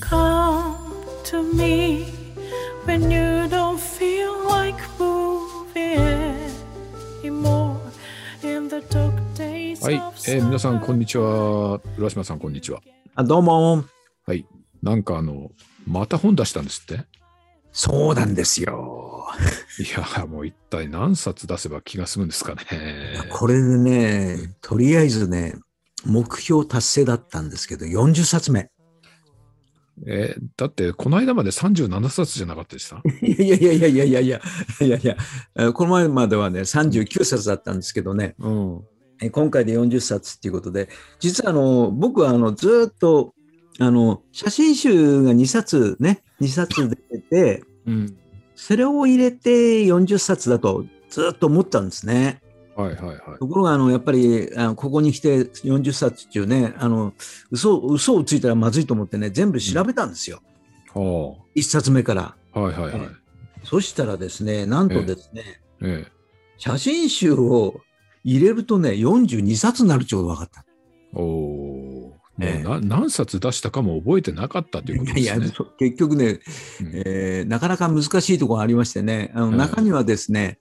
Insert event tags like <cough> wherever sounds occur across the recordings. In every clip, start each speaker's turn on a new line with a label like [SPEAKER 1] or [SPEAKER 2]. [SPEAKER 1] Come to me when you don't feel like moving anymore in the dark days
[SPEAKER 2] はい
[SPEAKER 1] of、
[SPEAKER 2] えー皆さん、こんにちは。浦島さん、こんにちは。
[SPEAKER 3] あどうも。
[SPEAKER 2] なんか、あの、また本出したんですってい
[SPEAKER 3] そうなんですよ。
[SPEAKER 2] や、もう一体何冊出せば気が済むんですかね。
[SPEAKER 3] これでね、とりあえずね、目標達成だったんですけど、40冊目。
[SPEAKER 2] えーだって、この間まで37冊じゃなかったでした
[SPEAKER 3] いやいやいやいやいやいやいやいや、えーこの前まではね、39冊だったんですけどね、
[SPEAKER 2] うん。
[SPEAKER 3] えー今回で40冊っていうことで、実はあの、僕はあの、ずーっと、あの、写真集が2冊ね、2冊出てて、
[SPEAKER 2] うん。
[SPEAKER 3] それを入れて40冊だとずーっと思ったんですね。
[SPEAKER 2] はいはいはい。
[SPEAKER 3] ところが、あの、やっぱり、あのここに来て40冊っていうね、あの、嘘、嘘をついたらまずいと思ってね、全部調べたんですよ。
[SPEAKER 2] は
[SPEAKER 3] 1冊目から。
[SPEAKER 2] あ、はいはいはい。
[SPEAKER 3] そしたらですね、なんとですね、
[SPEAKER 2] え
[SPEAKER 3] 写真集を入れるとね、42冊になるちょうど分かった。
[SPEAKER 2] ー、おー
[SPEAKER 3] ええ
[SPEAKER 2] もうな何冊出したかも覚えてなかったということで
[SPEAKER 3] い
[SPEAKER 2] す
[SPEAKER 3] や
[SPEAKER 2] ね。
[SPEAKER 3] いや、そう結局ね、
[SPEAKER 2] うん
[SPEAKER 3] えーなかなか難しいところありましてね、あの
[SPEAKER 2] うん
[SPEAKER 3] 中にはですね、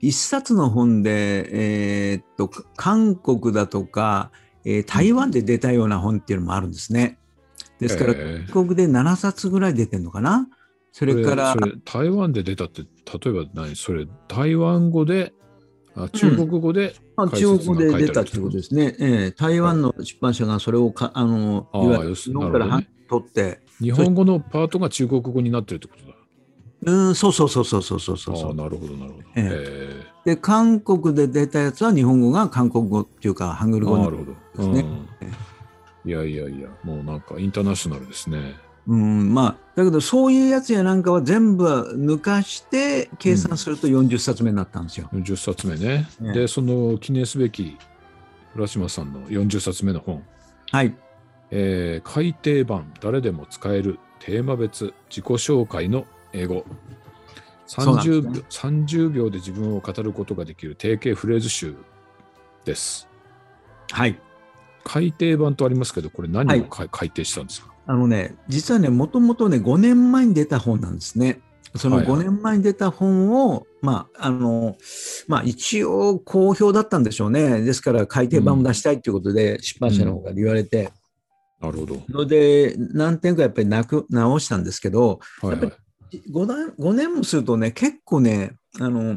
[SPEAKER 3] 一冊の本で、えーっと、韓国だとか、えー台湾で出たような本っていうのもあるんですね。ですから、
[SPEAKER 2] えー
[SPEAKER 3] 韓国で7冊ぐらい出てるのかなそれから
[SPEAKER 2] そ、れ台湾で出たって例えば何それ台湾語であ中国語で、
[SPEAKER 3] まあ、
[SPEAKER 2] 解
[SPEAKER 3] 中
[SPEAKER 2] 説
[SPEAKER 3] 国語で出たってことですね。ええ台湾の出版社がそれをか、あの、
[SPEAKER 2] ああ
[SPEAKER 3] いわゆ
[SPEAKER 2] よ
[SPEAKER 3] る
[SPEAKER 2] し
[SPEAKER 3] 日本から
[SPEAKER 2] なるほど
[SPEAKER 3] は
[SPEAKER 2] ね
[SPEAKER 3] 取って、
[SPEAKER 2] 日本語のパートが中国語になってるってことだ。
[SPEAKER 3] うん、そうそうそうそうそうそうそう
[SPEAKER 2] ああなるほどなるほど。
[SPEAKER 3] ええ
[SPEAKER 2] え
[SPEAKER 3] で、韓国で出たやつは日本語が韓国語っていうか、ハング
[SPEAKER 2] え
[SPEAKER 3] ル
[SPEAKER 2] あ
[SPEAKER 3] 語
[SPEAKER 2] あ
[SPEAKER 3] に
[SPEAKER 2] なるほど。うん
[SPEAKER 3] ですえ
[SPEAKER 2] いやいやいやもうなんかインターナショナルですね。
[SPEAKER 3] うん、まあ、だけど、そういうやつやなんかは全部抜かして計算すると40冊目になったんですよ。
[SPEAKER 2] 40冊目ね。
[SPEAKER 3] ええ
[SPEAKER 2] でその記念すべき浦島さんの40冊目の本
[SPEAKER 3] はい。
[SPEAKER 2] えー改訂版誰でも使えるテーマ別自己紹介の英語
[SPEAKER 3] そうなんで
[SPEAKER 2] 30,
[SPEAKER 3] す
[SPEAKER 2] 秒
[SPEAKER 3] ね
[SPEAKER 2] 30秒で自分を語ることができる定型フレーズ集です
[SPEAKER 3] はい。
[SPEAKER 2] 改訂版とありますけどこれ何をか、改訂したんですか
[SPEAKER 3] あのね、実はね、もともとね、5年前に出た本なんですね。その
[SPEAKER 2] はいはい
[SPEAKER 3] 5年前に出た本を、まあ、あの、まあ、一応好評だったんでしょうね。ですから、改訂版も出したいということで、出版社の方から言われて、
[SPEAKER 2] なるほど、
[SPEAKER 3] ので、何点かやっぱりなく直したんですけど、
[SPEAKER 2] はいはい、
[SPEAKER 3] 5, 年5年もするとね、結構ね、あの、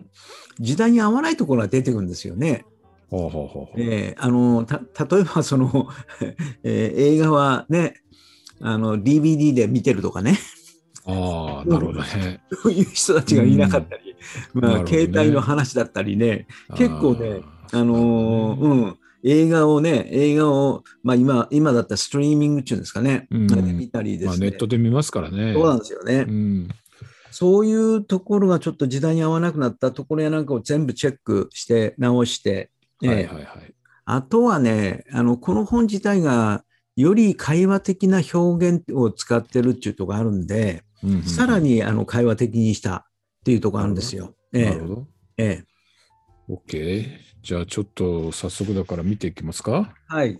[SPEAKER 3] 時代に合わないところが出てくるんですよね。
[SPEAKER 2] はあはあはあはあ
[SPEAKER 3] えーあのた例えばその、 <laughs> えー映画はねあの DVD で見てるとかね
[SPEAKER 2] ああなるほどね
[SPEAKER 3] そういう人たちがいなかったり、ま
[SPEAKER 2] な
[SPEAKER 3] あ
[SPEAKER 2] るほどね
[SPEAKER 3] 携帯の話だったりね結構ねあのー
[SPEAKER 2] ん
[SPEAKER 3] うん映画をね映画を、まあ、今今だったらストリーミングっていうんですかね、
[SPEAKER 2] うん
[SPEAKER 3] あれで見たりで
[SPEAKER 2] まあ、
[SPEAKER 3] す
[SPEAKER 2] ネ
[SPEAKER 3] ね、
[SPEAKER 2] ットで見ますからね
[SPEAKER 3] そうなんですよね、
[SPEAKER 2] うん
[SPEAKER 3] そういうところがちょっと時代に合わなくなったところやなんかを全部チェックして直して、えー
[SPEAKER 2] はいはいはい
[SPEAKER 3] あとはね、あの、この本自体が、より会話的な表現を使ってるっていうところがあるんで、
[SPEAKER 2] うんうん
[SPEAKER 3] さらにあの会話的にしたっていうところがあるんですよ。え
[SPEAKER 2] な
[SPEAKER 3] え
[SPEAKER 2] るほど
[SPEAKER 3] ええ
[SPEAKER 2] OK。じゃあちょっと早速だから見ていきますか。
[SPEAKER 3] はい。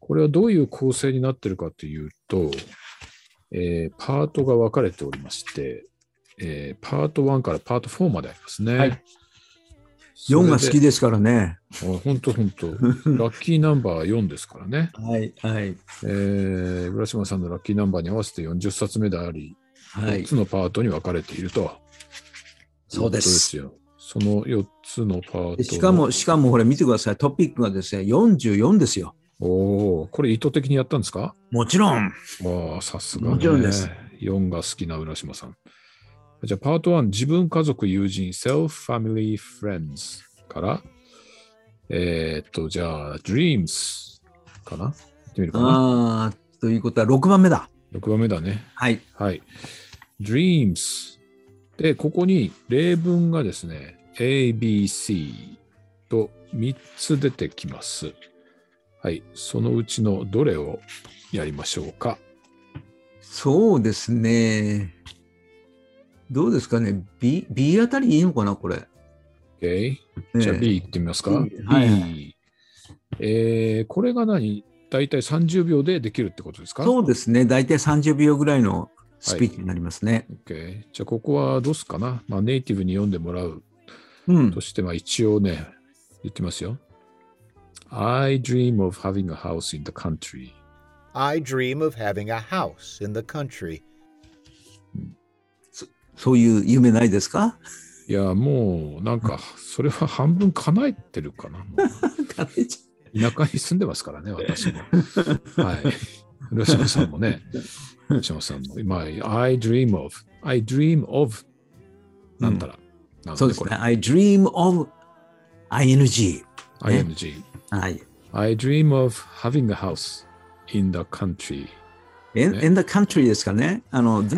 [SPEAKER 2] これはどういう構成になってるかというと、えーパートが分かれておりまして、えーパート1からパート4までありますね。
[SPEAKER 3] はい4が好きですからね。
[SPEAKER 2] 本当本当。ラッキーナンバー4ですからね。
[SPEAKER 3] はい、はい、
[SPEAKER 2] えー浦島さんのラッキーナンバーに合わせて40冊目であり、
[SPEAKER 3] は
[SPEAKER 2] 4つ。のパートに分かれていると。
[SPEAKER 3] そうです。
[SPEAKER 2] いうことですよ。その4つのパートの
[SPEAKER 3] でしかも、しかもこれ見てください。トピックがですね、44ですよ。
[SPEAKER 2] おお、これ意図的にやったんですか
[SPEAKER 3] もちろん。
[SPEAKER 2] わあ、さすが、ね。
[SPEAKER 3] もちろんです。
[SPEAKER 2] 4が好きな浦島さん。じゃあ、パート1、自分、家族、友人、self, family, friends から、えーっと、じゃあ、dreams かなやってみるかな。
[SPEAKER 3] ああ、ということは6番目だ。
[SPEAKER 2] 6番目だね。
[SPEAKER 3] はい。
[SPEAKER 2] はい。dreams。で、ここに例文がですね、A, B, C と3つ出てきます。はい。そのうちのどれをやりましょうか。
[SPEAKER 3] そうですね。どうですかね。B、B あたりいいのかな、これ。
[SPEAKER 2] OK。じゃあ
[SPEAKER 3] ええ
[SPEAKER 2] B 行ってみますか。
[SPEAKER 3] はい
[SPEAKER 2] B。えーこれが何大体30秒でできるってことですか
[SPEAKER 3] そうですね。大体30秒ぐらいのスピーチになりますね。
[SPEAKER 2] OK じゃあ、ここはどうすっかな。まあ、ネイティブに読んでもらう
[SPEAKER 3] うん
[SPEAKER 2] と。して、まあ、一応ね、言ってますよ。I dream of having a house in the country.
[SPEAKER 4] I dream of having a house in the country.
[SPEAKER 3] そういう夢ないですか
[SPEAKER 2] いや、もう、なんか、それは半分叶えてるかな。もう田舎に住んでますからね、私も。はい。浦島さんもね、浦島さんも。まあ、I dream of, I dream of, なんたら。なん
[SPEAKER 3] そうですね。。I dream of ING。
[SPEAKER 2] IMG。
[SPEAKER 3] はい。
[SPEAKER 2] I dream of having a house in the country.
[SPEAKER 3] In,
[SPEAKER 2] ね
[SPEAKER 3] in the country ですかね。あの、the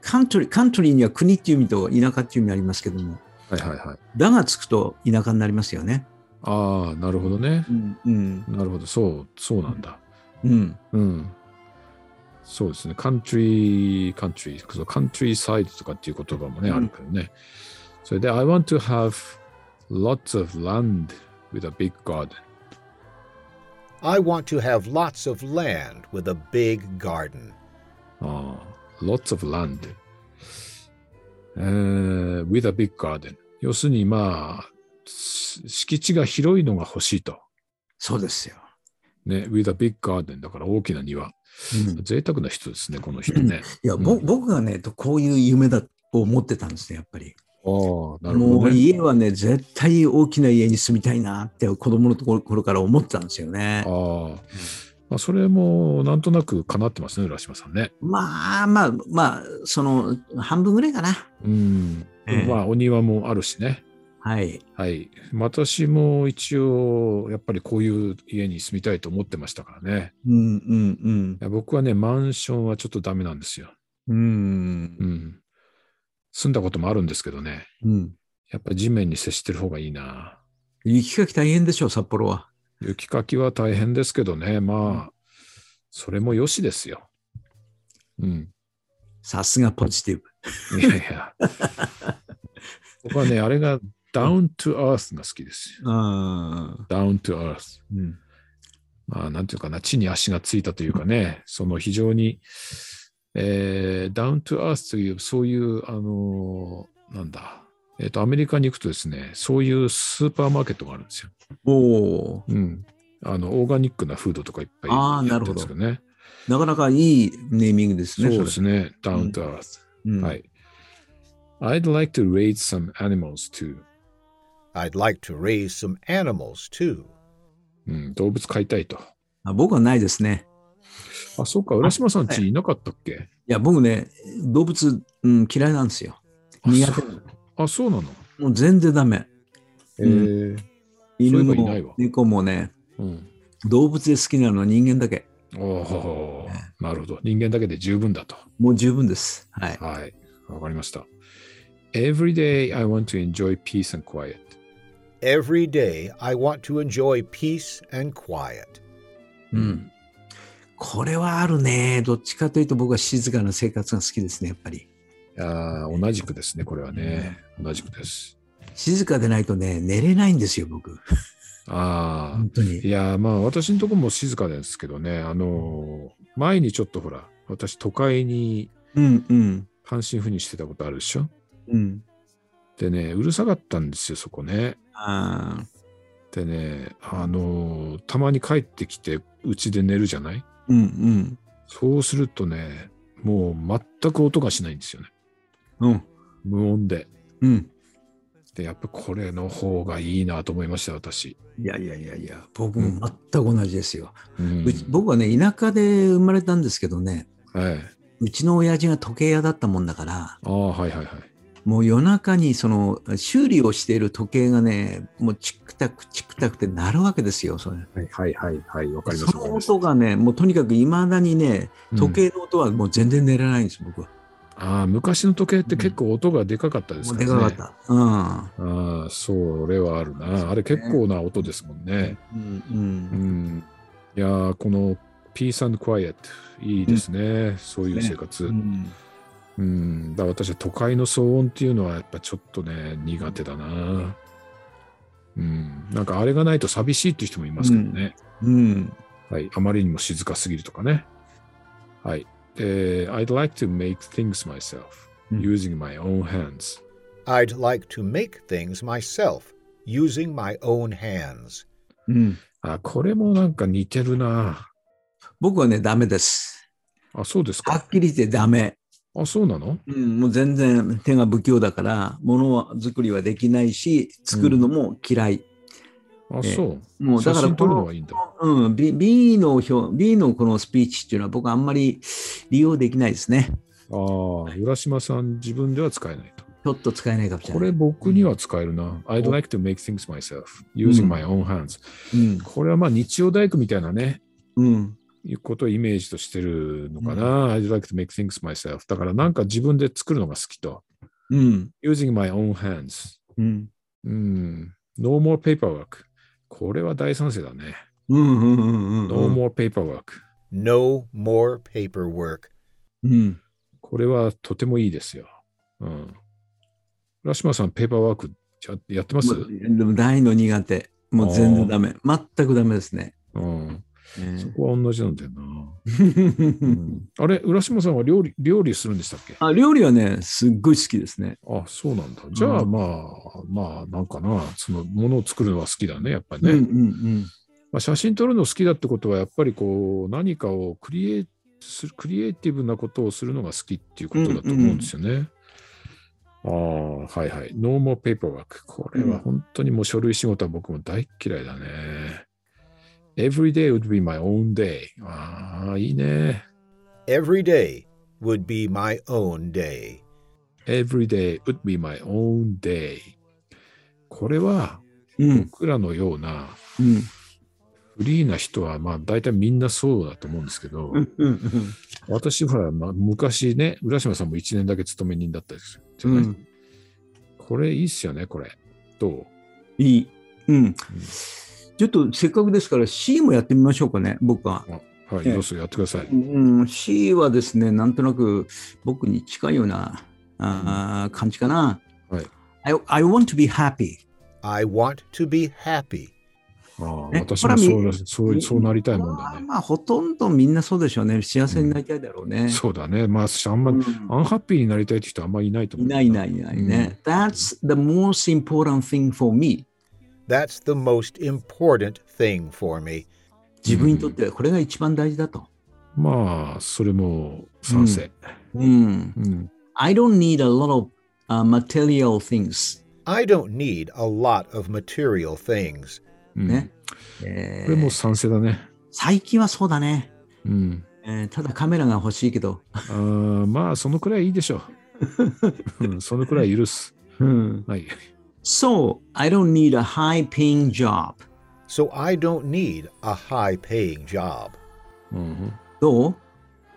[SPEAKER 3] country、country には国っていう意味と田舎っていう意味ありますけども、
[SPEAKER 2] はいはいはい。
[SPEAKER 3] だがつくと田舎になりますよね。
[SPEAKER 2] ああ、なるほどね。
[SPEAKER 3] うん。うん。
[SPEAKER 2] なるほど。そう、そうなんだ。
[SPEAKER 3] うん。
[SPEAKER 2] うん。そうですね。カントリー、カントリー、そのカントリーサイドとかっていう言葉もね、
[SPEAKER 3] うん
[SPEAKER 2] あるけどね。それで、I want to have lots of land with a big garden.
[SPEAKER 4] I want to have lots of land with a big garden.
[SPEAKER 2] ああ、lots of land. えー with a big garden. 要するに、まあ、し敷地が広いのが欲しいと。
[SPEAKER 3] そうですよ。
[SPEAKER 2] ね、with a big garden だから大きな庭。
[SPEAKER 3] うん
[SPEAKER 2] 贅沢な人ですね、この人
[SPEAKER 3] <laughs>
[SPEAKER 2] ね。
[SPEAKER 3] いや、ぼ
[SPEAKER 2] うん
[SPEAKER 3] 僕がね、とこういう夢だを持ってたんですね、やっぱり。
[SPEAKER 2] ああ、なる
[SPEAKER 3] も
[SPEAKER 2] ほど
[SPEAKER 3] う
[SPEAKER 2] ね。
[SPEAKER 3] 家はね、絶対大きな家に住みたいなって子供のところ頃から思ってたんですよね。
[SPEAKER 2] ああ、まあ、それもなんとなく叶ってますね、浦島さんね。
[SPEAKER 3] まあまあまあ、その半分ぐらいかな。
[SPEAKER 2] うん。
[SPEAKER 3] ええ
[SPEAKER 2] まあ、お庭もあるしね。
[SPEAKER 3] はい。
[SPEAKER 2] はい。私も一応、やっぱりこういう家に住みたいと思ってましたからね。
[SPEAKER 3] うんうん
[SPEAKER 2] いや僕はね、マンションはちょっとダメなんですよ。
[SPEAKER 3] うん。うん
[SPEAKER 2] う。ん。住んだこともあるんですけどね。
[SPEAKER 3] うん。
[SPEAKER 2] やっぱ地面に接してる方がいいな。
[SPEAKER 3] 雪かき大変でしょ、札幌は。
[SPEAKER 2] 雪かきは大変ですけどね。まあ、それも良しですよ。うん。
[SPEAKER 3] さすがポジティブ。
[SPEAKER 2] いやいや。僕はね、あれがダウントゥアースが好きですよ。
[SPEAKER 3] あ
[SPEAKER 2] ダウントゥアース。
[SPEAKER 3] うん。
[SPEAKER 2] まあ、なんていうかな、地に足がついたというかね、その非常に、えーダウントゥアースという、そういう、あのーなんだ、えっ、と、アメリカに行くとですね、そういうスーパーマーケットがあるんですよ。
[SPEAKER 3] おお
[SPEAKER 2] うん。あの、オーガニックなフードとかいっぱい
[SPEAKER 3] あー
[SPEAKER 2] やってんですけどね。
[SPEAKER 3] ー。なかなかいいネーミングです
[SPEAKER 2] そう
[SPEAKER 3] ね。
[SPEAKER 2] ですね、ダウントゥアース。
[SPEAKER 3] それうん
[SPEAKER 2] はい。I'd like to raise some animals too.
[SPEAKER 4] I'd like to raise some animals too.
[SPEAKER 2] うん、動物飼いたいと。
[SPEAKER 3] あ僕はないですね。
[SPEAKER 2] あ、そうか、浦島さんちいなかったっけ
[SPEAKER 3] いや、僕ね、動物、うん、嫌いなんですよ。
[SPEAKER 2] あ
[SPEAKER 3] 苦手
[SPEAKER 2] そ。うあ、そうなの
[SPEAKER 3] もう全然ダメ。
[SPEAKER 2] へえ。
[SPEAKER 3] う
[SPEAKER 2] そ
[SPEAKER 3] 犬
[SPEAKER 2] ういえばいないわ
[SPEAKER 3] も猫もね、
[SPEAKER 2] うん。
[SPEAKER 3] 動物で好きなのは人間だけ。
[SPEAKER 2] おーなるほど。人間だけで十分だと。
[SPEAKER 3] もう十分です。はい。
[SPEAKER 2] はい。わかりました。Every day I want to enjoy peace and quiet.
[SPEAKER 4] Every day I want to enjoy peace and quiet.
[SPEAKER 3] うん。これはあるね。どっちかというと僕は静かな生活が好きですね、やっぱり。
[SPEAKER 2] あー同じくですね、これはね。同じくです。
[SPEAKER 3] 静かでないとね、寝れないんですよ、僕。
[SPEAKER 2] ああ
[SPEAKER 3] 本。当
[SPEAKER 2] い
[SPEAKER 3] に。
[SPEAKER 2] やー、まあ私のとこも静かですけどね、あのー前にちょっとほら、私都会に
[SPEAKER 3] うんうん。
[SPEAKER 2] 単身赴任してたことあるでしょ
[SPEAKER 3] うん。
[SPEAKER 2] でね、うるさかったんですよ、そこね。
[SPEAKER 3] ああ。
[SPEAKER 2] でね、あのーたまに帰ってきて、うちで寝るじゃない
[SPEAKER 3] うん
[SPEAKER 2] そうするとね、もう全く音がしないんですよね。
[SPEAKER 3] うん。うん。
[SPEAKER 2] 無音で。
[SPEAKER 3] うん。
[SPEAKER 2] で、やっぱこれの方がいいなと思いました、私。
[SPEAKER 3] いやいやいやいや、僕も全く同じですよ。
[SPEAKER 2] うん
[SPEAKER 3] うち僕はね、田舎で生まれたんですけどね、
[SPEAKER 2] はい。
[SPEAKER 3] うちの親父が時計屋だったもんだから、
[SPEAKER 2] ああ、はいはいはい。
[SPEAKER 3] もう夜中にその修理をしている時計がね、もうチクタクチクタクって鳴るわけですよ。それ
[SPEAKER 2] はいはいはいはい、わかります。
[SPEAKER 3] その音がね、もうとにかくいまだにね、時計の音はもう全然寝れないんです、僕は。
[SPEAKER 2] ああ、昔の時計って結構音がでかかったで
[SPEAKER 3] も
[SPEAKER 2] す
[SPEAKER 3] う
[SPEAKER 2] か
[SPEAKER 3] で
[SPEAKER 2] らね。
[SPEAKER 3] かかった。うん
[SPEAKER 2] ああ、それはあるな。あれ結構な音ですもんね。
[SPEAKER 3] うんう
[SPEAKER 2] うんん。いやー、この Peace and Quiet、いいですね。そういう生活。
[SPEAKER 3] うん
[SPEAKER 2] うん。だから私は都会の騒音っていうのはやっぱちょっとね、苦手だな。うん。なんかあれがないと寂しいっていう人もいますけどね。
[SPEAKER 3] うん
[SPEAKER 2] はい。あまりにも静かすぎるとかね。はい。えー I'd like to make things myself
[SPEAKER 3] うん
[SPEAKER 2] using my own hands.
[SPEAKER 4] I'd like to make things myself using my own hands.
[SPEAKER 3] うん、
[SPEAKER 2] あ、これもなんか似てるな。
[SPEAKER 3] 僕はね、ダメです。
[SPEAKER 2] あ、そうです
[SPEAKER 3] は
[SPEAKER 2] か
[SPEAKER 3] っ。きり言ってダメ。
[SPEAKER 2] あ、そうなの
[SPEAKER 3] うん、もう全然手が不器用だから、物作りはできないし、作るのも嫌い。
[SPEAKER 2] あ、
[SPEAKER 3] ええ
[SPEAKER 2] そう。
[SPEAKER 3] もうだから
[SPEAKER 2] 写真
[SPEAKER 3] こ
[SPEAKER 2] 撮るの
[SPEAKER 3] の
[SPEAKER 2] はいいんだ。
[SPEAKER 3] うん、B, B の表 B のこのスピーチっていうのは僕はあんまり利用できないですね。
[SPEAKER 2] ああ、浦島さん自分では使えないと。
[SPEAKER 3] ちょっと使えないかもしれ
[SPEAKER 2] こ
[SPEAKER 3] ない。
[SPEAKER 2] れ僕には使えるな。I'd like to make things myself using my own hands.
[SPEAKER 3] うん、
[SPEAKER 2] これはまあ日曜大工みたいなね、
[SPEAKER 3] うん、
[SPEAKER 2] いうことをイメージとしてるのかな。I'd like to make things myself. だからなんか自分で作るのが好きと。
[SPEAKER 3] うん、
[SPEAKER 2] using my own hands.
[SPEAKER 3] うん、
[SPEAKER 2] うん。no more paperwork. これは大賛成だね。
[SPEAKER 3] うん、うん、うん、
[SPEAKER 2] no
[SPEAKER 3] うん、
[SPEAKER 2] more paperwork.
[SPEAKER 4] No more paperwork.
[SPEAKER 3] うん。
[SPEAKER 2] これはとてもいいですよ。うん。浦島さん、ペーパーワークややってます
[SPEAKER 3] もうでも大の苦手。もう全然ダメ。全くダメですね。
[SPEAKER 2] うん。そ
[SPEAKER 3] ね
[SPEAKER 2] こは同じなんだよな。うんあれ、浦島さんは料理、料理するんでしたっけ
[SPEAKER 3] <laughs> あ料理はね、すっごい好きですね。
[SPEAKER 2] あ、そうなんだ。じゃあ、
[SPEAKER 3] うん
[SPEAKER 2] まあ、まあ、なんかな、その、ものを作るのは好きだね、やっぱり
[SPEAKER 3] う
[SPEAKER 2] ね。
[SPEAKER 3] んうん
[SPEAKER 2] まあ、写真撮るの好きだってことは、やっぱりこう、何かをクリエイするクリエイティブなことをするのが好きっていうことだと思うんですよね。ああ、はいはい。ノーモ r ペーパーワーク。これは本当にもう書類仕事は僕も大嫌いだね。Every day would be my own day. ああ、いいね。
[SPEAKER 4] Every day would be my own day.
[SPEAKER 2] Every day would be my own day. これは
[SPEAKER 3] うん。うん
[SPEAKER 2] 僕らのような
[SPEAKER 3] うん
[SPEAKER 2] フリーな人はまあ大体みんなそうだと思うんですけど、
[SPEAKER 3] うんうん
[SPEAKER 2] 私は、まあ、昔ね、浦島さんも1年だけ勤め人だったですよ、
[SPEAKER 3] う
[SPEAKER 2] ね
[SPEAKER 3] ん。
[SPEAKER 2] これいいっすよね、これ。ど
[SPEAKER 3] いい。うん。ちょっとせっかくですから C もやってみましょうかね、僕は。
[SPEAKER 2] うはい、
[SPEAKER 3] ええ
[SPEAKER 2] どうするやってください。
[SPEAKER 3] うん、C はですね、なんとなく僕に近いようなあー感じかな。
[SPEAKER 2] はい
[SPEAKER 3] I, I want to be happy.
[SPEAKER 4] I want to be happy.
[SPEAKER 2] ああ
[SPEAKER 3] ね
[SPEAKER 2] 私もそうだ
[SPEAKER 3] こ
[SPEAKER 2] そうそうなりたいもんだ
[SPEAKER 3] まあ
[SPEAKER 2] ね。
[SPEAKER 3] まあ、ほとんどみんなそうでしょうね。幸せになりたいだろうね。
[SPEAKER 2] そうだね。まあ、私あんま、
[SPEAKER 3] うん
[SPEAKER 2] アンハッピーになりたいって人あんまいないと思。
[SPEAKER 3] いうないいないいないね。That's the most important thing for me.
[SPEAKER 4] That's the most important thing for me.
[SPEAKER 3] 自分にとってはこれが一番大事だと。
[SPEAKER 2] まあ、それも賛成。
[SPEAKER 3] うん。
[SPEAKER 2] うん
[SPEAKER 3] I don't need a lot of、uh, material things.
[SPEAKER 4] I don't need a lot of material things.
[SPEAKER 2] うん
[SPEAKER 3] ねえー
[SPEAKER 2] これも賛成だね。
[SPEAKER 3] 最近はそうだね、
[SPEAKER 2] うん、
[SPEAKER 3] えーただカメラが欲しいけど。
[SPEAKER 2] あーまあ、そのくらいいいでしょう。うん、そのくらい許す。はい。
[SPEAKER 3] So, I don't need a high paying job.
[SPEAKER 4] So I don't need a high paying job.
[SPEAKER 2] うん
[SPEAKER 3] どう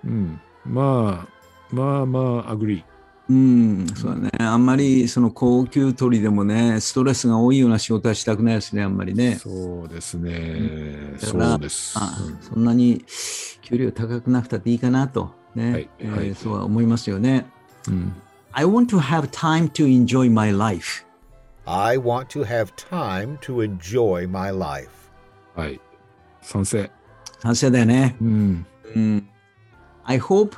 [SPEAKER 2] うん、まあ、まあまあ、アグリー。
[SPEAKER 3] うん、そうだね。あんまりその高級取りでもね、ストレスが多いような仕事はしたくないですね、あんまりね。
[SPEAKER 2] そうですね。
[SPEAKER 3] だから
[SPEAKER 2] そうです。
[SPEAKER 3] あ
[SPEAKER 2] うん
[SPEAKER 3] そんなに給料高くなくたっていいかなと、ね
[SPEAKER 2] はい
[SPEAKER 3] えー
[SPEAKER 2] はい
[SPEAKER 3] そうは思いますよね。
[SPEAKER 2] うん、
[SPEAKER 3] I want to have time to enjoy my life.
[SPEAKER 4] I want to have time to enjoy my life.
[SPEAKER 2] はい。賛成。
[SPEAKER 3] 賛成だよね。
[SPEAKER 2] うん。
[SPEAKER 3] うん、I hope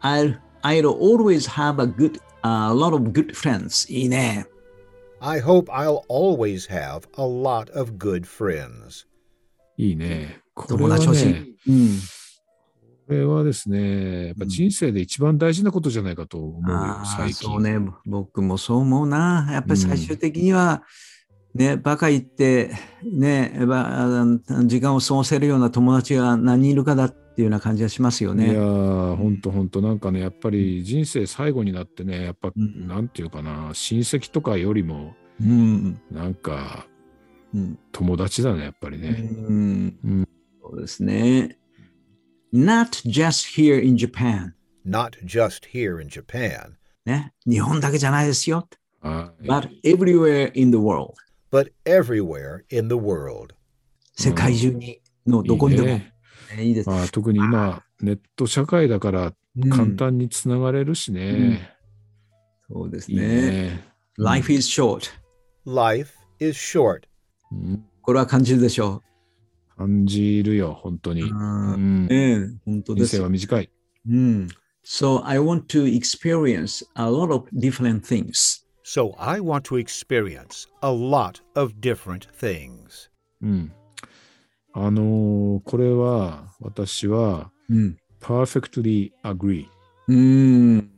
[SPEAKER 3] I'll, I'll always have a good、a lot of good friends. いいね。
[SPEAKER 4] I hope I'll always have a lot of good friends.
[SPEAKER 2] いいね。これ
[SPEAKER 3] 友
[SPEAKER 2] は
[SPEAKER 3] 達欲しい。
[SPEAKER 2] ね、
[SPEAKER 3] うん
[SPEAKER 2] これはですね、やっぱ人生で一番大事なことじゃないかと思うよ、
[SPEAKER 3] ああ
[SPEAKER 2] 最近。
[SPEAKER 3] そうね、僕もそう思うな。やっぱり最終的には、ね、バカ言って、ね、ばあ時間を過ごせるような友達が何人いるかだっていうような感じがしますよ
[SPEAKER 2] いや
[SPEAKER 3] ね。
[SPEAKER 2] ー、ほんとほんと、なんかね、やっぱり人生最後になってね、やっぱ、
[SPEAKER 3] うん
[SPEAKER 2] なんていうかな、親戚とかよりも、
[SPEAKER 3] うん
[SPEAKER 2] なんか、
[SPEAKER 3] うん
[SPEAKER 2] 友達だね、やっぱり
[SPEAKER 3] う
[SPEAKER 2] ね。
[SPEAKER 3] ん
[SPEAKER 2] うん
[SPEAKER 3] そうですね。Not just here in Japan.
[SPEAKER 4] Not just here in Japan,
[SPEAKER 3] ね、日本だけじゃないですよ。
[SPEAKER 2] はい。
[SPEAKER 3] But everywhere in the world.
[SPEAKER 4] but everywhere in the world.
[SPEAKER 3] 世界中にのどこにでも。
[SPEAKER 2] いい
[SPEAKER 3] ね
[SPEAKER 2] ね
[SPEAKER 3] いいですね。
[SPEAKER 2] まあ、特に今、ネット社会だから
[SPEAKER 3] うん
[SPEAKER 2] 簡単につながれるしね。
[SPEAKER 3] そうです
[SPEAKER 2] いい
[SPEAKER 3] ね。
[SPEAKER 2] ね。
[SPEAKER 3] Life is short.
[SPEAKER 4] Life is short.
[SPEAKER 2] うん
[SPEAKER 3] これは感じるでしょ
[SPEAKER 2] 感じるよ、本当に。うん
[SPEAKER 3] ね本当で
[SPEAKER 2] 人
[SPEAKER 3] す
[SPEAKER 2] 生
[SPEAKER 3] よ
[SPEAKER 2] は短い。
[SPEAKER 3] Mm. So I want to experience a lot of different things.
[SPEAKER 4] So I want to experience a lot of different things.
[SPEAKER 2] うん。あのーこれは私は
[SPEAKER 3] Mm.
[SPEAKER 2] perfectly agree。
[SPEAKER 3] うん。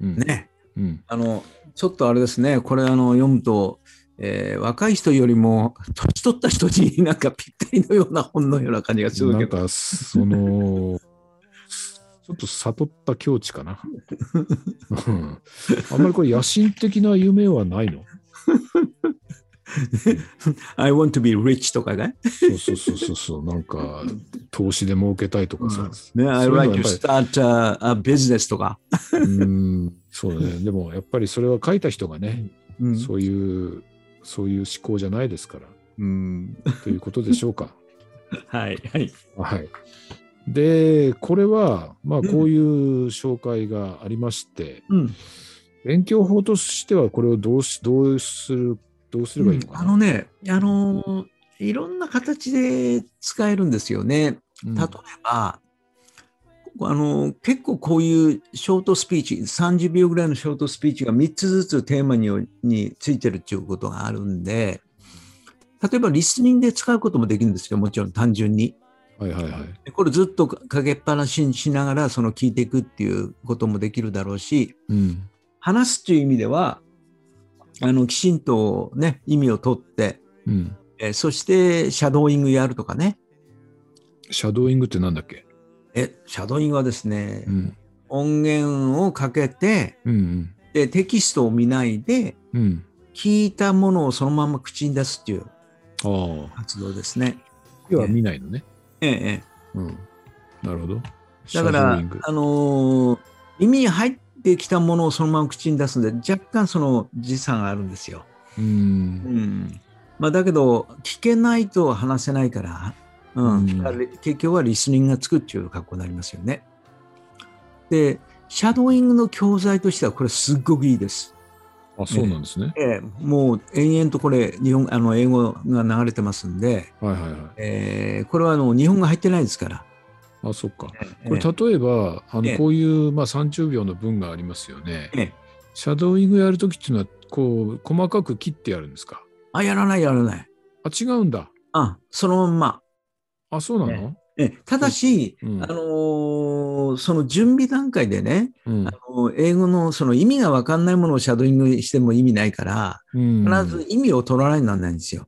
[SPEAKER 2] うん。
[SPEAKER 3] ね。
[SPEAKER 2] うん。
[SPEAKER 3] あの、ちょっとあれですね、これあの読むと、えー若い人よりも年取った人になんかぴったりのような本のような感じがする
[SPEAKER 2] な
[SPEAKER 3] け
[SPEAKER 2] ん
[SPEAKER 3] ど。
[SPEAKER 2] か、その、 <laughs> ちょっと悟った境地かな。うんあんまりこれ野心的な夢はないの
[SPEAKER 3] I want to be rich とかね。
[SPEAKER 2] そうそうそうそうそう、なんか、投資で儲けたいとかさ。
[SPEAKER 3] ね、I
[SPEAKER 2] そういうのはや
[SPEAKER 3] want
[SPEAKER 2] っぱ
[SPEAKER 3] to
[SPEAKER 2] り
[SPEAKER 3] start a, a business とか。
[SPEAKER 2] うんそうね。でもやっぱりそれは書いた人がね、
[SPEAKER 3] うん
[SPEAKER 2] そういう、そういう思考じゃないですから、
[SPEAKER 3] うん
[SPEAKER 2] ということでしょうか。 <laughs>
[SPEAKER 3] はい、はい。
[SPEAKER 2] はい。で、これは、まあ、こういう紹介がありまして、
[SPEAKER 3] うん。
[SPEAKER 2] 勉強法としては、これをどうし、どうする、どうすればいいのか
[SPEAKER 3] あ
[SPEAKER 2] な。
[SPEAKER 3] のね、あの、いろんな形で使えるんですよね。
[SPEAKER 2] うん
[SPEAKER 3] 例えば、あの結構こういうショートスピーチ、30秒ぐらいのショートスピーチが3つずつテーマによについてるっていうことがあるんで、例えばリスニングで使うこともできるんですよ、もちろん単純に。
[SPEAKER 2] はいはいはい。
[SPEAKER 3] でこれずっとかかけっぱなしにしながらその聞いていくっていうこともできるだろうし、
[SPEAKER 2] うん。
[SPEAKER 3] 話すという意味では、あのきちんと、ね、意味を取って、
[SPEAKER 2] うん。
[SPEAKER 3] えーそしてシャドーイングやるとかね。
[SPEAKER 2] シャドーイングってなんだっけ
[SPEAKER 3] え、シャドーイングはですね、
[SPEAKER 2] うん。
[SPEAKER 3] 音源をかけて
[SPEAKER 2] うん
[SPEAKER 3] で、テキストを見ないで、
[SPEAKER 2] うん。うん。
[SPEAKER 3] 聞いたものをそのまま口に出すっていう
[SPEAKER 2] ああ。
[SPEAKER 3] 活動ですね。
[SPEAKER 2] 要は見ないのね。
[SPEAKER 3] ええ、ええ。
[SPEAKER 2] うん。なるほど。
[SPEAKER 3] だか
[SPEAKER 2] シャド
[SPEAKER 3] ら、
[SPEAKER 2] ー
[SPEAKER 3] あ
[SPEAKER 2] イング
[SPEAKER 3] のー耳に入ってきたものをそのまま口に出すんで、若干その時差があるんですよ。
[SPEAKER 2] う。
[SPEAKER 3] うんん。まあ、だけど、聞けないと話せないから、うん。
[SPEAKER 2] うん
[SPEAKER 3] だから結局はリスニングがつくっていう格好になりますよね。で、シャドーイングの教材としては、これすっごくいいです。
[SPEAKER 2] あ、そうなんですね。
[SPEAKER 3] ええ、もう延々とこれ日本あの英語が流れてますんで、
[SPEAKER 2] はいはいはい。
[SPEAKER 3] ええこれはあの日本が入ってないですから。
[SPEAKER 2] あ、そっか。こ
[SPEAKER 3] え
[SPEAKER 2] れ例えば、あ
[SPEAKER 3] え
[SPEAKER 2] の
[SPEAKER 3] え
[SPEAKER 2] こういう、まあ、30秒の文がありますよね。
[SPEAKER 3] えええ
[SPEAKER 2] シャドーイングやるときっていうのは、こう、細かく切ってやるんですか
[SPEAKER 3] あやらないやらない。
[SPEAKER 2] あ、違うんだ。
[SPEAKER 3] あそのまんま。
[SPEAKER 2] あ、そうなの、
[SPEAKER 3] ええただし、
[SPEAKER 2] うん
[SPEAKER 3] あのーその準備段階でね、
[SPEAKER 2] うん
[SPEAKER 3] あの英語のその意味が分かんないものをシャドーイングしても意味ないから、
[SPEAKER 2] うん。
[SPEAKER 3] 必ず意味を取らないならないんですよ。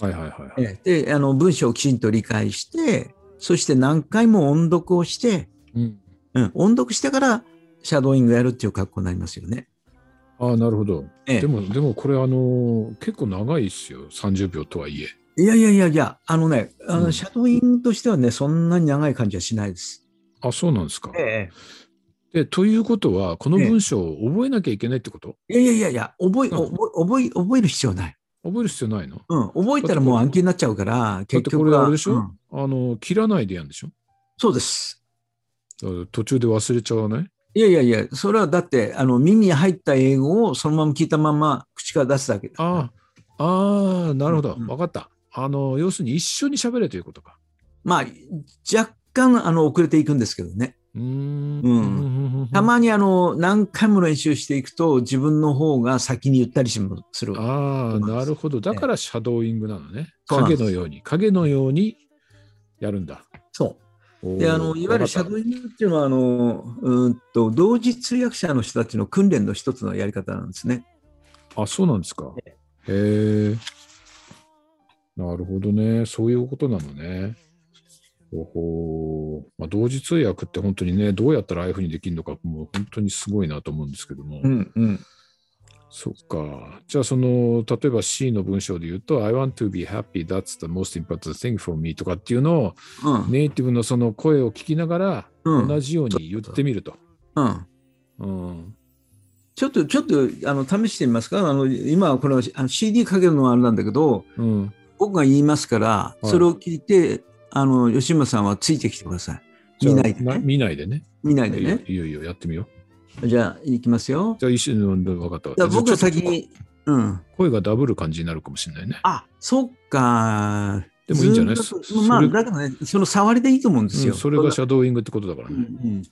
[SPEAKER 2] はいはいはいはい。
[SPEAKER 3] ええであの文章をきちんと理解して、そして何回も音読をして、
[SPEAKER 2] うん、
[SPEAKER 3] うん、音読してからシャドーイングやるっていう格好になりますよね。
[SPEAKER 2] あなるほど。
[SPEAKER 3] ええ
[SPEAKER 2] でも、でもこれ、あのー結構長いですよ。30秒とはいえ。
[SPEAKER 3] いやいやいやいや、あのね、あ
[SPEAKER 2] う
[SPEAKER 3] の
[SPEAKER 2] ん
[SPEAKER 3] シャドーイングとしてはね、そんなに長い感じはしないです。
[SPEAKER 2] あ、そうなんですか。
[SPEAKER 3] え
[SPEAKER 2] で、ということは、この
[SPEAKER 3] ええ
[SPEAKER 2] 文章を覚えなきゃいけないってこと
[SPEAKER 3] え。いやいやいやいや、覚え、
[SPEAKER 2] うん
[SPEAKER 3] 覚え、覚え、覚える必要ない。
[SPEAKER 2] 覚える必要ないの
[SPEAKER 3] うん、覚えたらもう暗記になっちゃうから、
[SPEAKER 2] だっ
[SPEAKER 3] 結
[SPEAKER 2] てこ
[SPEAKER 3] 局
[SPEAKER 2] れ
[SPEAKER 3] は。
[SPEAKER 2] あれでしょ、
[SPEAKER 3] うん
[SPEAKER 2] あの、切らないでやるんでしょ
[SPEAKER 3] そうです。
[SPEAKER 2] だから途中で忘れちゃわない
[SPEAKER 3] いやいやいや、それはだって、あの、耳に入った英語をそのまま聞いたまま口から出すだけだ。
[SPEAKER 2] ああ、ああ、なるほど。わ
[SPEAKER 3] うん、
[SPEAKER 2] かった。あの、要するに一緒に喋れということか。
[SPEAKER 3] まあ、若干、あの、遅れていくんですけどね。
[SPEAKER 2] うーん。
[SPEAKER 3] うん
[SPEAKER 2] うん
[SPEAKER 3] たまに、あの、何回も練習していくと、自分の方が先に言ったりしもする。
[SPEAKER 2] ああ、なるほど。だからシャドーイングなのね。
[SPEAKER 3] そうなん
[SPEAKER 2] 影
[SPEAKER 3] です
[SPEAKER 2] のように、影のようにやるんだ。
[SPEAKER 3] そう。
[SPEAKER 2] おー
[SPEAKER 3] であのいわゆるシャドウイングっていうのはあのうーんと同時通訳者の人たちの訓練の一つのやり方なんですね。
[SPEAKER 2] あ、そうなんですか。へえ。なるほどね。そういうことなのね。おほーまあ、同時通訳って本当にね、どうやったらああいうふうにできるのか、もう本当にすごいなと思うんですけども。
[SPEAKER 3] んうん、
[SPEAKER 2] そっか。じゃあ、その、例えば C の文章で言うと、I want to be happy, that's the most important thing for me とかっていうのを、
[SPEAKER 3] うん
[SPEAKER 2] ネイティブのその声を聞きながら、
[SPEAKER 3] うん
[SPEAKER 2] 同じように言ってみると。
[SPEAKER 3] うん、
[SPEAKER 2] うん。
[SPEAKER 3] ちょっとちょっとあの試してみますかあの今はこれはあの CD かけるのはあれなんだけど
[SPEAKER 2] うん。
[SPEAKER 3] 僕が言いますから
[SPEAKER 2] い
[SPEAKER 3] それを聞いて、あの吉村さんはついてきてください。
[SPEAKER 2] じゃ
[SPEAKER 3] 見
[SPEAKER 2] あ
[SPEAKER 3] ないで
[SPEAKER 2] な
[SPEAKER 3] ね。
[SPEAKER 2] 見ないでね。
[SPEAKER 3] 見ないでね。
[SPEAKER 2] いいよいいよ、やってみよう。
[SPEAKER 3] じゃあ行きますよ。
[SPEAKER 2] じゃあ、一緒に、分かった。
[SPEAKER 3] じゃあ僕が
[SPEAKER 2] じゃあちょ
[SPEAKER 3] 先
[SPEAKER 2] っと
[SPEAKER 3] に。うん、
[SPEAKER 2] 声がダブる感じになるかもしれないね。
[SPEAKER 3] あそっか
[SPEAKER 2] でもいいんじゃない
[SPEAKER 3] ずーっと
[SPEAKER 2] そ
[SPEAKER 3] まあ、
[SPEAKER 2] それ
[SPEAKER 3] だからね、その触りでいいと思うんです
[SPEAKER 2] うん
[SPEAKER 3] よ。
[SPEAKER 2] それがシャドーイングってことだから
[SPEAKER 3] う
[SPEAKER 2] ね。
[SPEAKER 3] んうん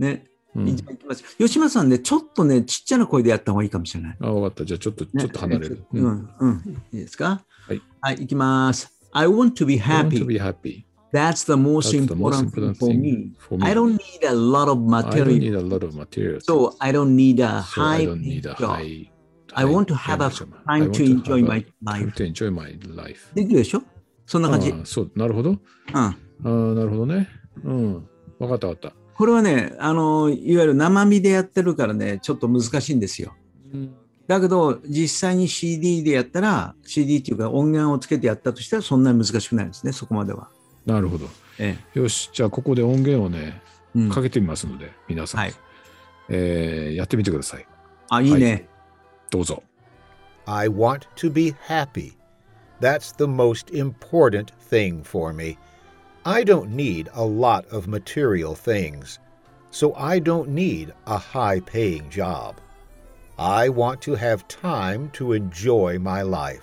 [SPEAKER 3] ね、
[SPEAKER 2] うん
[SPEAKER 3] じゃあいきます。吉村さんね、ちょっとね、ちっちゃな声でやった方がいいかもしれない。
[SPEAKER 2] あ、わかった。じゃあちょっと、
[SPEAKER 3] ね
[SPEAKER 2] ちょっと離れる。
[SPEAKER 3] うん、うん、いいですか
[SPEAKER 2] はい。
[SPEAKER 3] はい、いきます。I want to be
[SPEAKER 2] I want to
[SPEAKER 3] happy.
[SPEAKER 2] be happy.
[SPEAKER 3] That's the most
[SPEAKER 2] That's the most important
[SPEAKER 3] important thing for
[SPEAKER 2] thing
[SPEAKER 3] me.
[SPEAKER 2] for me.
[SPEAKER 3] I don't need a lot of
[SPEAKER 2] I don't
[SPEAKER 3] material.
[SPEAKER 2] need a lot of materials.
[SPEAKER 3] So I don't need a
[SPEAKER 2] So I
[SPEAKER 3] high
[SPEAKER 2] don't need a
[SPEAKER 3] job.
[SPEAKER 2] high.
[SPEAKER 3] I want to have a
[SPEAKER 2] job. I
[SPEAKER 3] time
[SPEAKER 2] want have
[SPEAKER 3] to
[SPEAKER 2] a
[SPEAKER 3] enjoy my
[SPEAKER 2] time
[SPEAKER 3] life.
[SPEAKER 2] to enjoy my life.
[SPEAKER 3] できるでしょそんな感じ。
[SPEAKER 2] ああそう、なるほど。
[SPEAKER 3] うん。
[SPEAKER 2] ああ、なるほどね。うん。わかったわかった。
[SPEAKER 3] これはね、あの、いわゆる生身でやってるからね、ちょっと難しいんですよ。だけど、実際に CD でやったら、CD っていうか音源をつけてやったとしたら、そんなに難しくないですね、そこまでは。
[SPEAKER 2] なるほど。
[SPEAKER 3] え
[SPEAKER 2] よし、じゃあここで音源をね、
[SPEAKER 3] え。うん
[SPEAKER 2] かけてみますので、皆さん、
[SPEAKER 3] はい
[SPEAKER 2] えーやってみてください。
[SPEAKER 3] あ、いいね。
[SPEAKER 2] どうぞ。
[SPEAKER 4] I want to be happy. That's the most important thing for me. I don't need a lot of material things, so I don't need a high paying job. I want to have time to enjoy my life.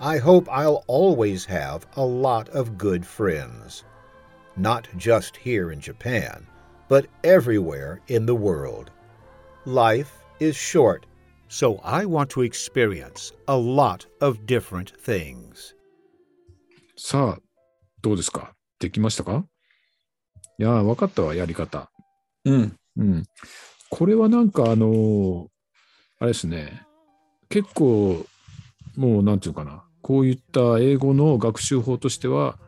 [SPEAKER 4] I hope I'll always have a lot of good friends. Not just here in Japan, but everywhere in the world. Life is short, so I want to experience a lot of different things.
[SPEAKER 2] さあ、どうですかできましたかいやー、わかったわ、やり方。
[SPEAKER 3] うん。
[SPEAKER 2] うん。これはなんか、あのーあれですね、結構、もう、なんていうかな、こういった英語の学習法としては、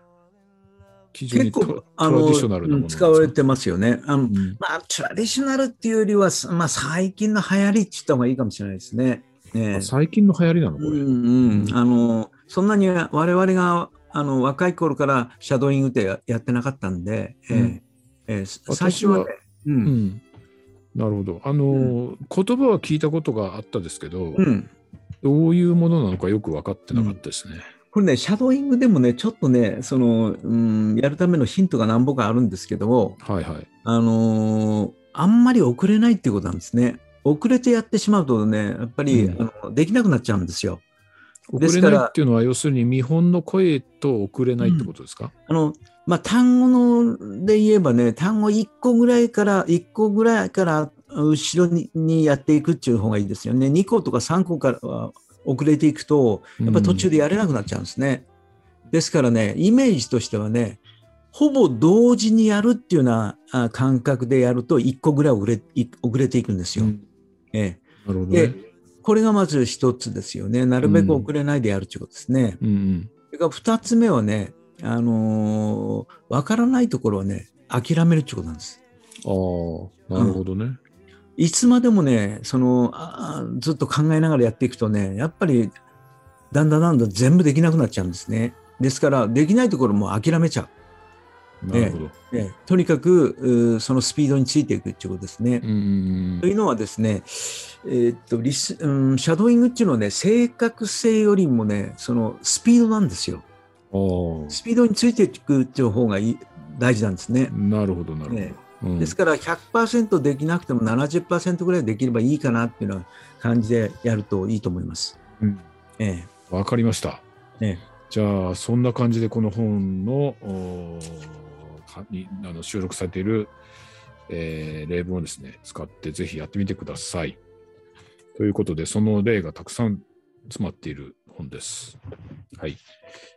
[SPEAKER 2] 非常
[SPEAKER 3] 結
[SPEAKER 2] にト
[SPEAKER 3] 構
[SPEAKER 2] ト、
[SPEAKER 3] あ
[SPEAKER 2] ラデ
[SPEAKER 3] の、
[SPEAKER 2] ィショナルなも
[SPEAKER 3] う
[SPEAKER 2] のなん
[SPEAKER 3] ん
[SPEAKER 2] です
[SPEAKER 3] 使
[SPEAKER 2] か
[SPEAKER 3] われてますよね。あの
[SPEAKER 2] うん
[SPEAKER 3] まあ、トラディショナルっていうよりは、すまあ、最近の流行りって言った方がいいかもしれないですね。ねえ
[SPEAKER 2] 最近の流行りなのこ
[SPEAKER 3] う
[SPEAKER 2] れ。
[SPEAKER 3] んうん、あのそんなに我々があの若い頃からシャドーイングってややってなかったんで、え
[SPEAKER 2] うん
[SPEAKER 3] えええさ最
[SPEAKER 2] 私
[SPEAKER 3] 初
[SPEAKER 2] は
[SPEAKER 3] はね、
[SPEAKER 2] う
[SPEAKER 3] う
[SPEAKER 2] んんなるほど。あのー、言葉は聞いたことがあったですけど、
[SPEAKER 3] うん、
[SPEAKER 2] どういうものなのかよく分かってなかったですね。
[SPEAKER 3] これね、シャドーイングでもね、ちょっとね、そのうん、やるためのヒントが何本かあるんですけども、
[SPEAKER 2] はいはい。
[SPEAKER 3] あのーあんまり遅れないっていうことなんですね。遅れてやってしまうとね、やっぱり、
[SPEAKER 2] うん
[SPEAKER 3] あのできなくなっちゃうんですよ。で
[SPEAKER 2] 遅
[SPEAKER 3] す
[SPEAKER 2] れ
[SPEAKER 3] から
[SPEAKER 2] ないっていうのは、要するに見本の声と遅れないってことですか、
[SPEAKER 3] あの、まあ、単語ので言えばね、単語1個ぐらいから、一個ぐらいから後ろににやっていくっていう方がいいですよね。2個とか3個からは遅れていくと、やっぱ途中でやれなくなっちゃうんですね。ですからね、イメージとしてはね、ほぼ同時にやるっていうようなあ感覚でやると、1個ぐらい遅れい遅れていくんです
[SPEAKER 2] う
[SPEAKER 3] よ。
[SPEAKER 2] ん
[SPEAKER 3] え
[SPEAKER 2] なるほど
[SPEAKER 3] え、
[SPEAKER 2] ね
[SPEAKER 3] で。、これがまず一つですよね。なるべく遅れないでやるっていうことですね。
[SPEAKER 2] うんうん、
[SPEAKER 3] それから2つ目はね、あのーわからないところはね、諦めるってことなんです。
[SPEAKER 2] ああ、なるほどね。
[SPEAKER 3] いつまでもね、そのあーずっと考えながらやっていくとね、やっぱりだんだんだんだん全部できなくなっちゃうんですね。ですから、できないところも諦めちゃ
[SPEAKER 2] なるほど。
[SPEAKER 3] う。ええとにかくうーそのスピードについていくっていうことですね
[SPEAKER 2] う。んうん
[SPEAKER 3] というのはですね、えーっとリスうん、シャドーイングっていうのはね、正確性よりもね、そのスピードなんですよ。
[SPEAKER 2] うん、あ
[SPEAKER 3] スピードについていくっていう方がいい大事なんですね
[SPEAKER 2] あ、。なるほど、なるほど。
[SPEAKER 3] え
[SPEAKER 2] うん
[SPEAKER 3] ですから100%できなくても70%ぐらいできればいいかなっていうような感じでやるといいと思います。
[SPEAKER 2] うん
[SPEAKER 3] え
[SPEAKER 2] わかりました。
[SPEAKER 3] ええ
[SPEAKER 2] じゃあ、そんな感じでこの本のおーかにあの収録されている、えー例文をですね、使ってぜひやってみてください。ということで、その例がたくさん詰まっている本です。はい。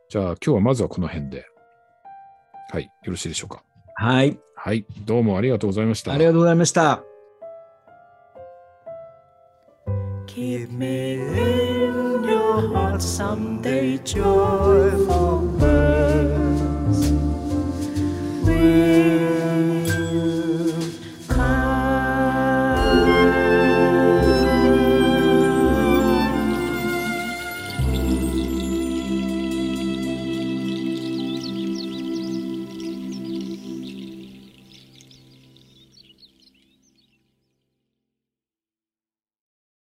[SPEAKER 2] じゃあ、今日はまずはこの辺で。はい。よろしいでしょうか。
[SPEAKER 3] えはい、
[SPEAKER 2] はい。どうもありがとうございました。
[SPEAKER 3] ありがとうございました。
[SPEAKER 1] Keep me in your heart someday, joyful birds. We